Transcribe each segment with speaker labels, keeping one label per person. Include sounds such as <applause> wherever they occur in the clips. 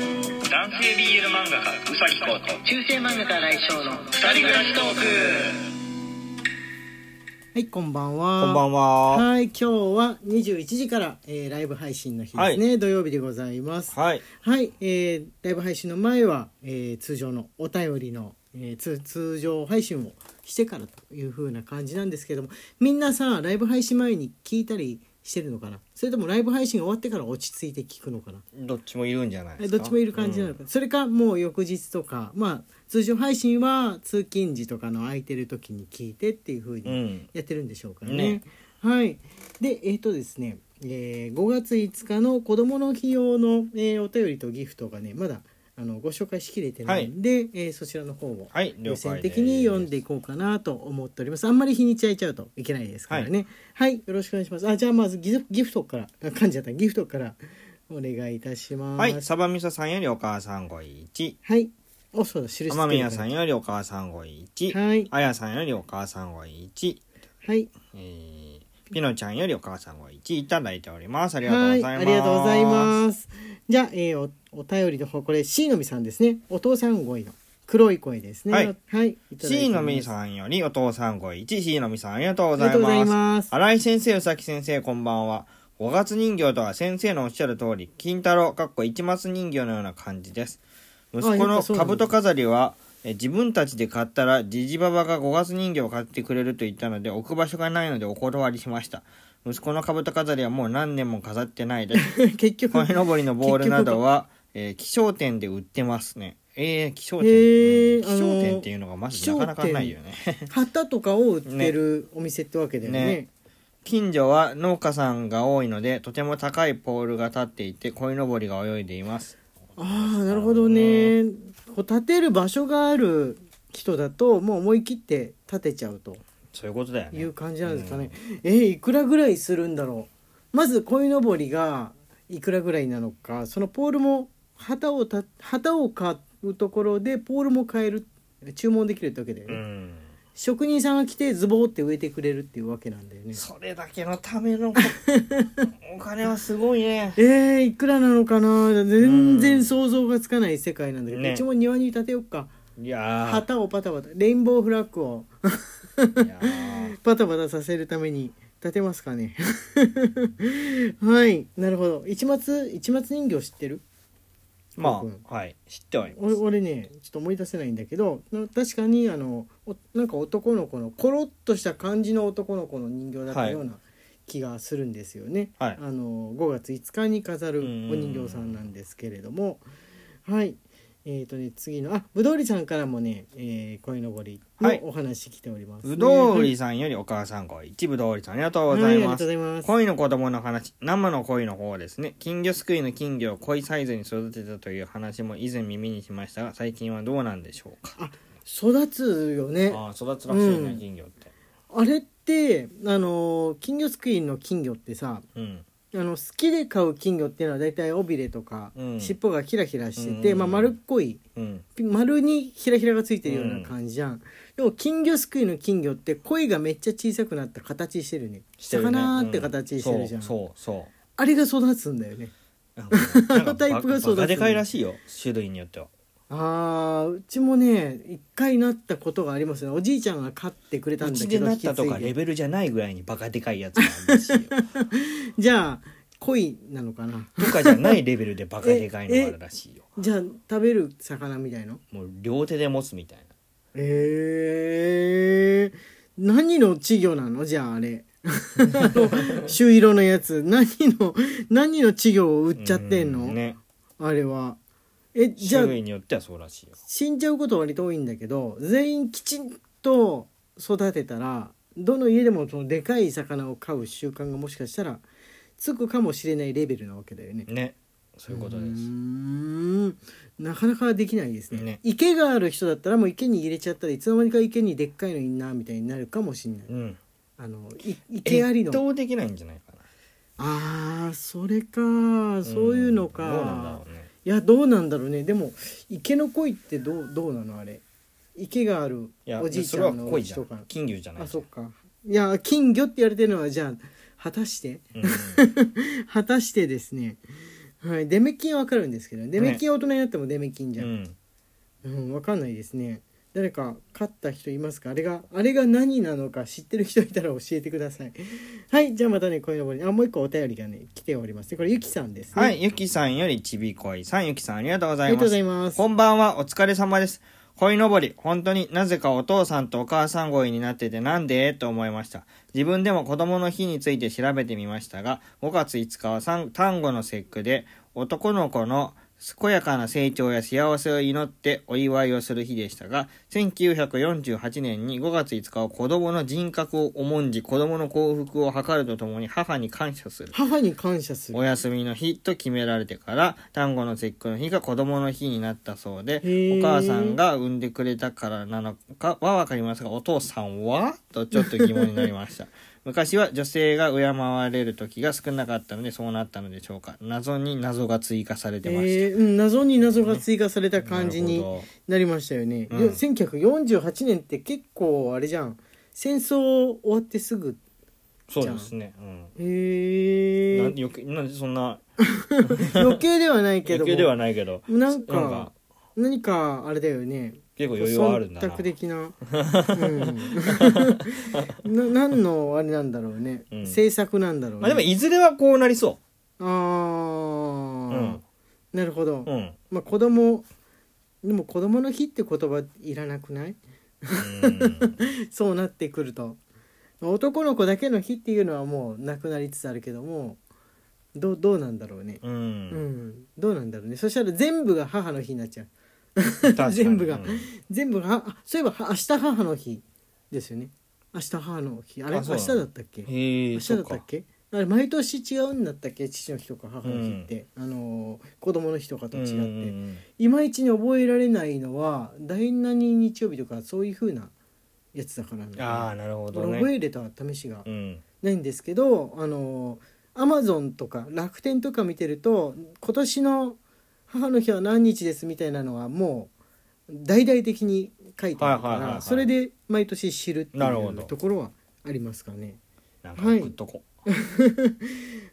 Speaker 1: 男性 BL 漫画家うさぎこと
Speaker 2: 中世漫画家来翔の
Speaker 1: 二人暮らしトーク
Speaker 2: はいこんばんは
Speaker 3: こんばんは。
Speaker 2: はい今日は21時から、えーライブ配信の日ですね、土曜日でございますはい、
Speaker 3: はい。
Speaker 2: えーライブ配信の前は、えー通常のお便りの、えー通通常配信をしてからという風な感じなんですけどもみんなさライブ配信前に聞いたりしてるのかなそれともライブ配信が終わってから落ち着いて聞くのかな
Speaker 3: どっちもいるんじゃないです
Speaker 2: ど
Speaker 3: か。
Speaker 2: っちもいる感じなのか、それかもう翌日とかまあ通常配信は通勤時とかの空いてる時に聞いてっていう風
Speaker 3: う
Speaker 2: に
Speaker 3: ん。
Speaker 2: やってるんでしょうかね。はい、でえっ、とですね、えー5月5日の子どもの日用の、えーお便りとギフトがねまだあのご紹介しきれてないんで、えーそちらの方を
Speaker 3: はい。
Speaker 2: 優
Speaker 3: 了
Speaker 2: 先
Speaker 3: 解
Speaker 2: 的に読んでいこうかなと思っておりますあんまり日にち空いちゃうといけないですからねはい、よろしくお願いしますあじゃあまずギフギフトから <laughs> あ噛んじゃったギフトからお願いいたします
Speaker 3: はい。サバミソさんよりお母さんご一。
Speaker 2: はい。お、そうだ、印つけて
Speaker 3: 天宮さんよりお母さんご一。
Speaker 2: はい。
Speaker 3: あやさんよりお母さんご一。
Speaker 2: はい。
Speaker 3: えーピノちゃんよりお母さんご一いただいております。ありがと
Speaker 2: は
Speaker 3: うござ
Speaker 2: いい。
Speaker 3: ます。
Speaker 2: ありがとうございます。じゃあ、えーお、お便りの方、これ、C のみさんですね。お父さん声の。黒い声ですね。
Speaker 3: はい。
Speaker 2: はい。いただいております
Speaker 3: C のみさんよりお父さんご一。C のみさんありがとう
Speaker 2: あ
Speaker 3: ご
Speaker 2: り
Speaker 3: ざ
Speaker 2: が
Speaker 3: い
Speaker 2: とうござい
Speaker 3: ます。
Speaker 2: ます。
Speaker 3: 新井先生、宇崎先生、こんばんは。五月人形とは先生のおっしゃる通り、金太郎、かっこ一松人形のような感じです。息子
Speaker 2: やっぱ
Speaker 3: の
Speaker 2: そうなんだ
Speaker 3: 兜飾りは、え自分たちで買ったら、じじばばが五月人形を買ってくれると言ったので、置く場所がないのでお断りしました。息子の兜飾りはもう何年も飾ってないです。
Speaker 2: <laughs> 結局。
Speaker 3: 鯉のぼりのボールなどは、えー、気象店で売ってますね。えー、気象店、
Speaker 2: へー
Speaker 3: うん
Speaker 2: あ
Speaker 3: 気
Speaker 2: のー
Speaker 3: 象店っていうのがまずなかなかないよね。
Speaker 2: 旗とかを売ってるお店ってわけだよね。
Speaker 3: ね近所は農家さんが多いのでとても高いポールが立っていて鯉のぼりが泳いでいます
Speaker 2: ああ、なるほどね。こう立てる場所がある人だと、もう思い切って立てちゃうと。
Speaker 3: そういうことだよ
Speaker 2: い
Speaker 3: ね
Speaker 2: う感じなんですかね、えーいくらぐらいするんだろうまず鯉のぼりがいくらぐらいなのかそのポールも旗をた旗を買うところでポールも買える注文できるってわけだよ
Speaker 3: う
Speaker 2: ね、
Speaker 3: ん
Speaker 2: 職人さんが来てズボーって植えてくれるっていうわけなんだよね
Speaker 3: それだけのための <laughs> お金はすごいね
Speaker 2: えー、いくらなのかな全然想像がつかない世界なんだけど、
Speaker 3: ね
Speaker 2: うちも庭に立てよっか
Speaker 3: いや
Speaker 2: 旗をパタパタレインボーフラッグを
Speaker 3: ーいやー
Speaker 2: パタパタさせるために立てますかね <laughs> はいなるほど一松一松人形知ってる
Speaker 3: ま
Speaker 2: うん
Speaker 3: あはい知ってはいま
Speaker 2: 俺
Speaker 3: す
Speaker 2: 俺ねちょっと思い出せないんだけどな確かにあのおなんか男の子のコロッとした感じの男の子の人形だったような気がするんですよね、
Speaker 3: はい
Speaker 2: あの5月5日に飾るお人形さんなんですけれどもはいえーとね、次のあぶどうりさんからもね、えー、鯉のぼりの
Speaker 3: はい
Speaker 2: お話来ておりますね、
Speaker 3: ぶどう
Speaker 2: はい
Speaker 3: りさんよりお母さんご一ぶどうりさんありがとうござい
Speaker 2: はいありが
Speaker 3: ま
Speaker 2: とう
Speaker 3: す
Speaker 2: ございます
Speaker 3: 鯉の子供の話生の鯉の方ですね金魚すくいの金魚を鯉サイズに育てたという話も以前耳にしましたが最近はどうなんでしょうか
Speaker 2: 育つよね
Speaker 3: ああ育つらしいね、
Speaker 2: うん
Speaker 3: 金魚って
Speaker 2: あれってあのー金魚すくいの金魚ってさ
Speaker 3: うん
Speaker 2: あの好きで買う金魚っていうのは大体尾びれとか、
Speaker 3: うん
Speaker 2: 尻尾がキラキラしてて、
Speaker 3: うん
Speaker 2: まあ、丸っこい
Speaker 3: うん
Speaker 2: ピ丸にひらひらがついてるような感じじゃん、でも金魚すくいの金魚って鯉がめっちゃ小さくなった形してるね
Speaker 3: してるね
Speaker 2: 魚って形してるじゃん、
Speaker 3: うんそうそう
Speaker 2: あれが育つんだよね
Speaker 3: そう
Speaker 2: のタイプがそうだ
Speaker 3: バカでかいらしいよ種類によっては
Speaker 2: あーうちもね一回なったことがありますねおじいちゃんが飼ってくれた
Speaker 3: うん
Speaker 2: だ
Speaker 3: ち
Speaker 2: け
Speaker 3: で
Speaker 2: ど
Speaker 3: なったと
Speaker 2: 引き
Speaker 3: か
Speaker 2: 継い
Speaker 3: レ
Speaker 2: で
Speaker 3: ベルじゃないぐらいにバカでかいやつがあるらしいよ
Speaker 2: じゃあ鯉なのかな
Speaker 3: とかじゃないレベルでバカでかいのがある
Speaker 2: <laughs>
Speaker 3: らしいよ
Speaker 2: じゃあ食べる魚みたいの
Speaker 3: もう両手で持つみたい
Speaker 2: えー、何の稚魚なのじゃああ
Speaker 3: <laughs>
Speaker 2: れあの朱色のやつ何の何の稚魚を売
Speaker 3: な
Speaker 2: っちゃってんの、
Speaker 3: うね
Speaker 2: あれはえじゃあ
Speaker 3: 種類によってはそうらしいよ
Speaker 2: 死んじゃうことは割と多いんだけど全員きちんと育てたらどの家でもそのでかい魚を飼う習慣がもしかしたらつくかもしれないレベルなわけだよね。
Speaker 3: ねそういうことで
Speaker 2: うー
Speaker 3: す
Speaker 2: んなかなかできないですね
Speaker 3: ね
Speaker 2: 池がある人だったらもう池に入れちゃったらいつの間にか池にでっかいのいんなみたいになるかもしれない、
Speaker 3: うん
Speaker 2: あのい池あり
Speaker 3: 越
Speaker 2: の
Speaker 3: 冬できないんじゃないかな
Speaker 2: あーそれかそういうのか、
Speaker 3: んどうなんだろうね
Speaker 2: いやどうなんだろうねでも池の鯉ってどうどうなのあれ池がある
Speaker 3: いや
Speaker 2: おじいち
Speaker 3: それ
Speaker 2: ゃ
Speaker 3: は
Speaker 2: んの
Speaker 3: 恋じゃ
Speaker 2: 人か
Speaker 3: ん金魚じゃない
Speaker 2: あそっかいや金魚って言われてるのはじゃあ果たして
Speaker 3: うん
Speaker 2: 果たしてですねはい、デメキンはわかるんですけどデメキンは大人になってもデメキンじ
Speaker 3: う
Speaker 2: ゃん、 <laughs>
Speaker 3: ん
Speaker 2: うん、わかんないですね誰か勝った人いますかあれがあれが何なのか知ってる人いたら教えてください <laughs> はいじゃあまたねこいのぼりあもう一個お便りがね来ておりますねこれゆきさんですね
Speaker 3: は
Speaker 2: あ
Speaker 3: い、ゆきさんよりちびこいさん、ゆきさんありがとうござ
Speaker 2: り
Speaker 3: い
Speaker 2: がとうご
Speaker 3: ます
Speaker 2: ざ。います
Speaker 3: こんばんは、お疲れ様です。鯉のぼり、本当になぜかお父さんとお母さん声になっててなんでと思いました。自分でも子供の日について調べてみましたが、5月5日は三端午の節句で、男の子の健やかな成長や幸せを祈ってお祝いをする日でしたが、1948年に5月5日を子供の人格を重んじ、子供の幸福を図るとともに母に感謝する。
Speaker 2: 母に感謝する
Speaker 3: お休みの日と決められてから単語の節句の日が子供の日になったそうで
Speaker 2: へー
Speaker 3: お母さんが産んでくれたからなのかは分かりますがお父さんはとちょっと疑問になり
Speaker 2: <laughs>
Speaker 3: ました昔は女性が敬われる時が少なかったのでそうなったのでしょうか謎に謎が追加されてました、
Speaker 2: えーうん、謎に謎が追加された感じ
Speaker 3: なる
Speaker 2: に
Speaker 3: ほ
Speaker 2: なりましたよね、
Speaker 3: うん
Speaker 2: よ1948年って結構あれじゃん戦争終わってすぐ
Speaker 3: どそうですね、う
Speaker 2: へ
Speaker 3: ん、な <laughs>
Speaker 2: ー
Speaker 3: よくなんでそんな
Speaker 2: 余計ではないけど
Speaker 3: 余
Speaker 2: も
Speaker 3: 計ではないけど
Speaker 2: なんか
Speaker 3: なんか
Speaker 2: 何かあれだよね
Speaker 3: 結構余裕はあるんだな
Speaker 2: 忖度的な、うん、な何のあれなんだろうね、
Speaker 3: うん
Speaker 2: 政策なんだろうね、
Speaker 3: まあでもいずれはこうなりそ
Speaker 2: あ
Speaker 3: う、う
Speaker 2: ー
Speaker 3: ん
Speaker 2: なるほど、
Speaker 3: うん
Speaker 2: まあ子供でも子供の日って言葉いらなくない <laughs>
Speaker 3: うん
Speaker 2: そうなってくると男の子だけの日っていうのはもうなくなりつつあるけどもどうどうなんだろうね、
Speaker 3: う
Speaker 2: うん
Speaker 3: ん、
Speaker 2: どうなんだろうねそしたら全部が母の日になっちゃう
Speaker 3: 確かに
Speaker 2: 全部が
Speaker 3: うん
Speaker 2: 全部がはあそういえばは明日母の日ですよね明日母の日あれ
Speaker 3: あそ
Speaker 2: 明
Speaker 3: うな
Speaker 2: 日
Speaker 3: の
Speaker 2: だったっけ
Speaker 3: へえ
Speaker 2: 明日だったっけあれ毎年違うんだったっけ父の日とか母の日って、あのー子供の日とかと
Speaker 3: そう
Speaker 2: 違っ
Speaker 3: か
Speaker 2: て、
Speaker 3: うんうんうん
Speaker 2: いまいちに覚えられないのは第何日曜日とかそういう風なやつだからなんだよね
Speaker 3: ああなるほど
Speaker 2: 俺
Speaker 3: ね
Speaker 2: 覚えれた試しが
Speaker 3: うん
Speaker 2: ないんですけど、あのアマゾンとか楽天とか見てると今年の母の日は何日ですみたいなのはもう大々的に書いてあるから、
Speaker 3: はいはいはいはい
Speaker 2: それで毎年知るってい
Speaker 3: なるほど
Speaker 2: うところはありますかね
Speaker 3: なんか送っとこ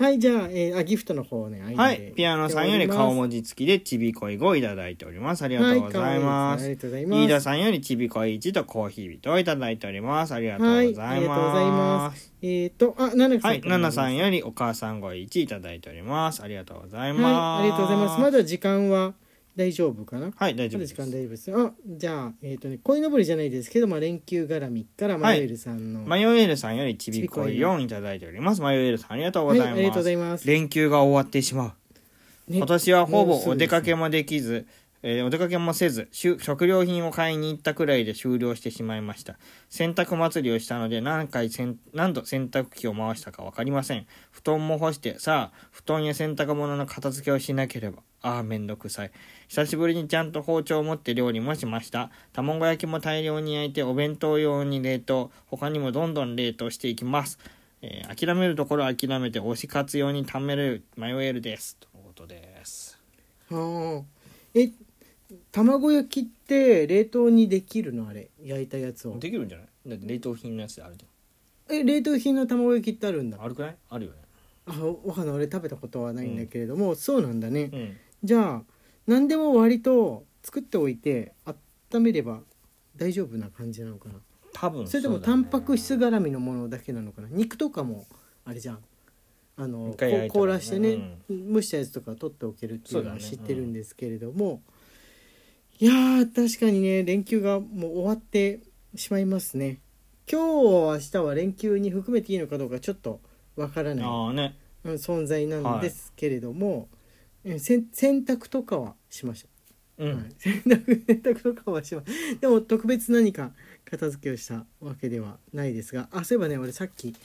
Speaker 2: はいじゃあ,、えーあギフトの方をね
Speaker 3: うはいピアノさんより顔文字付きでちびこい5いただいておりますありがとうございま
Speaker 2: は
Speaker 3: す
Speaker 2: い顔文字ありがとうございます
Speaker 3: 飯田さんよりちびこい1とコーヒー人をいただいておりますありがとうございます
Speaker 2: はいありがとうございますえっ、とあナナさん
Speaker 3: はい
Speaker 2: から
Speaker 3: ナナさん
Speaker 2: はい
Speaker 3: よりお母さん5い1いただいておりますありがとうございます
Speaker 2: ありがとうございますまだ時間は大丈夫かな
Speaker 3: はい大丈
Speaker 2: まだ
Speaker 3: 夫で
Speaker 2: 時
Speaker 3: す
Speaker 2: 間大丈夫です。あ、じゃあ、えっ、とね、鯉のぼりじゃないですけど、まあ、連休絡みから、マヨエルさんの。
Speaker 3: マヨエルさんよりちびこい4いただいておりますマヨエルさんありがとうございます
Speaker 2: はいありがとうございます
Speaker 3: 連休が終わってしまう
Speaker 2: ね
Speaker 3: 今年はほぼ
Speaker 2: もうす
Speaker 3: お
Speaker 2: ぐ
Speaker 3: 出
Speaker 2: です
Speaker 3: かけもできず、えーお出かけもせずしゅ食料品を買いに行ったくらいで終了してしまいました洗濯祭りをしたので何回せん何度洗濯機を回したか分かりません布団も干してさあ布団や洗濯物の片付けをしなければああめんどくさい久しぶりにちゃんと包丁を持って料理もしました卵焼きも大量に焼いてお弁当用に冷凍他にもどんどん冷凍していきます、えー諦めるところは諦めて推し活用に貯める迷えるですとのことです
Speaker 2: ああ。え、卵焼きって冷凍にできるのあれ、焼いたやつを。
Speaker 3: できるんじゃないだって冷凍品のやつであるじ
Speaker 2: え、冷凍品の卵焼きってあるんだ
Speaker 3: ゃん。あるくないあるよね
Speaker 2: あ、わかんない、俺食べたことはないんだけれども、そうなんだね。
Speaker 3: ん
Speaker 2: じゃあ、何でも割と作っておいて、温めれば。大丈夫な感じなのかな。
Speaker 3: 多分
Speaker 2: それとも
Speaker 3: うだ
Speaker 2: タ
Speaker 3: ね
Speaker 2: ンパク質絡みのものだけなのかな肉とかもあれじゃんあの
Speaker 3: 一回焼いた
Speaker 2: こう
Speaker 3: らね
Speaker 2: 凍らしてね、蒸したやつとか取っておけるっていうのは
Speaker 3: そうだ
Speaker 2: 知
Speaker 3: ね
Speaker 2: ってるんですけれども、いやー確かにね連休がもう終わってしまいますね今日明日は連休に含めていいのかどうかちょっとわからない
Speaker 3: ああね
Speaker 2: うん存在なんですけれども、うんせん洗濯とかはしました
Speaker 3: うん、
Speaker 2: はい、 <laughs> 洗濯洗濯とかはしますでも特別何か片付けをしたわけではないですがあそういえばね俺さっき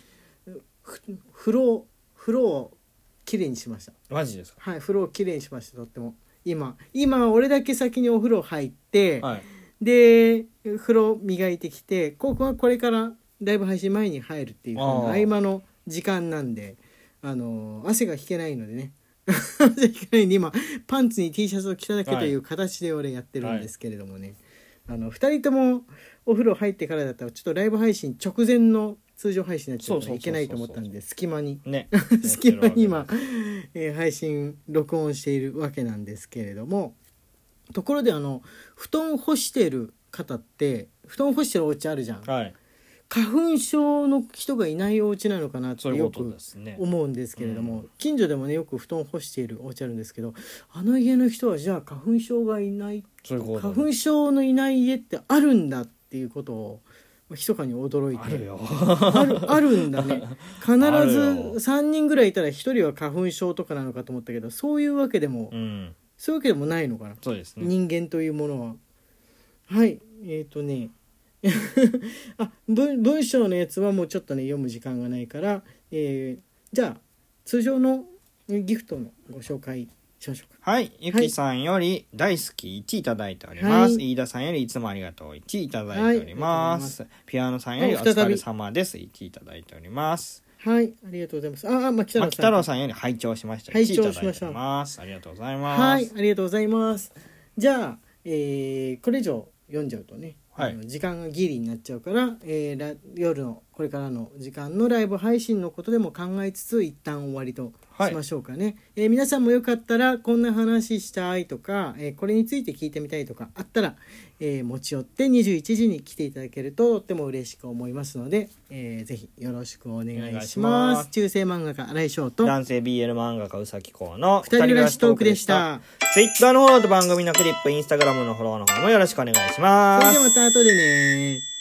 Speaker 2: ふ風呂風呂をきれいにしました
Speaker 3: マジです
Speaker 2: はい風呂をきれいにしましたとっても今今俺だけ先にお風呂入って、
Speaker 3: かはい
Speaker 2: で風呂磨いてきてこうこはこれからライブ配信前に入るっていう
Speaker 3: あー
Speaker 2: 合間の時間なんであのー汗が引けないのでね <laughs> 汗が引けないんで今パンツに T シャツを着ただけという形で俺やってるんですけれどもね、あの2人ともお風呂入ってからだったらちょっとライブ配信直前の通常配信になっちゃうか
Speaker 3: そ
Speaker 2: ら
Speaker 3: うそうそうそう
Speaker 2: いけないと思ったんで隙間に <laughs>
Speaker 3: ね
Speaker 2: 隙間に今、えー配信録音しているわけなんですけれどもところであの布団を干してる方って布団を干してるお家あるじゃん
Speaker 3: はい
Speaker 2: 花粉症の人がいないお家なのかなって
Speaker 3: そういう
Speaker 2: よ
Speaker 3: こと
Speaker 2: く
Speaker 3: ですね
Speaker 2: 思うんですけれども、
Speaker 3: う
Speaker 2: 近所でもねよく布団を干しているお家あるんですけどあの家の人はじゃあ花粉症がいない
Speaker 3: そういうこと
Speaker 2: 花粉症のいない家ってあるんだっていうことをまあ密かに驚い
Speaker 3: ある
Speaker 2: て
Speaker 3: よ
Speaker 2: ある
Speaker 3: <laughs>
Speaker 2: あるんだね必ず
Speaker 3: あるよ
Speaker 2: 3人ぐらいいたら1人は花粉症とかなのかと思ったけどそういうわけでも、
Speaker 3: うん
Speaker 2: そういうわけでもないのかな、
Speaker 3: そうですね
Speaker 2: 人間というものは。はいえっ、とね <laughs> あ文文章のやつはもうちょっとね読む時間がないから、えーじゃあ通常のギフトのご紹介しましょうか。
Speaker 3: はい、ゆきさんより大好き1いただいております、
Speaker 2: はい
Speaker 3: 飯田さんよりいつもありがとう1いただいております、ピアノさんよりお
Speaker 2: はい再び
Speaker 3: 疲れ様です1いただいております
Speaker 2: はいありがとうございます。ああ牧太郎
Speaker 3: 牧
Speaker 2: さん。
Speaker 3: 太郎さんより拝聴しました
Speaker 2: 拝
Speaker 3: 1い
Speaker 2: 聴
Speaker 3: ただい
Speaker 2: しましてた
Speaker 3: おりますありがとうございます
Speaker 2: はい、ありがとうございます。じゃあ、えーこれ以上読んじゃうとね、
Speaker 3: はい
Speaker 2: あの時間がギリになっちゃうから、えーら夜のこれからの時間のライブ配信のことでも考えつつ一旦終わりと
Speaker 3: はい
Speaker 2: しましょうかね。えー皆さんもよかったらこんな話したいとか、えーこれについて聞いてみたいとかあったら、えー持ち寄って21時に来ていただけるととっても嬉しく思いますので、えーぜひよろしくお願いし
Speaker 3: お
Speaker 2: ま
Speaker 3: 願い
Speaker 2: す。
Speaker 3: します
Speaker 2: 中世漫画家荒井翔と
Speaker 3: 男性 BL 漫画家うさきこうの
Speaker 2: 二人暮らしトークでした。
Speaker 3: ツイッターのフォローと番組のクリップインスタグラムのフォローの方もよろしくお願いし
Speaker 2: そ
Speaker 3: ま
Speaker 2: れ
Speaker 3: す
Speaker 2: ではまた後でね。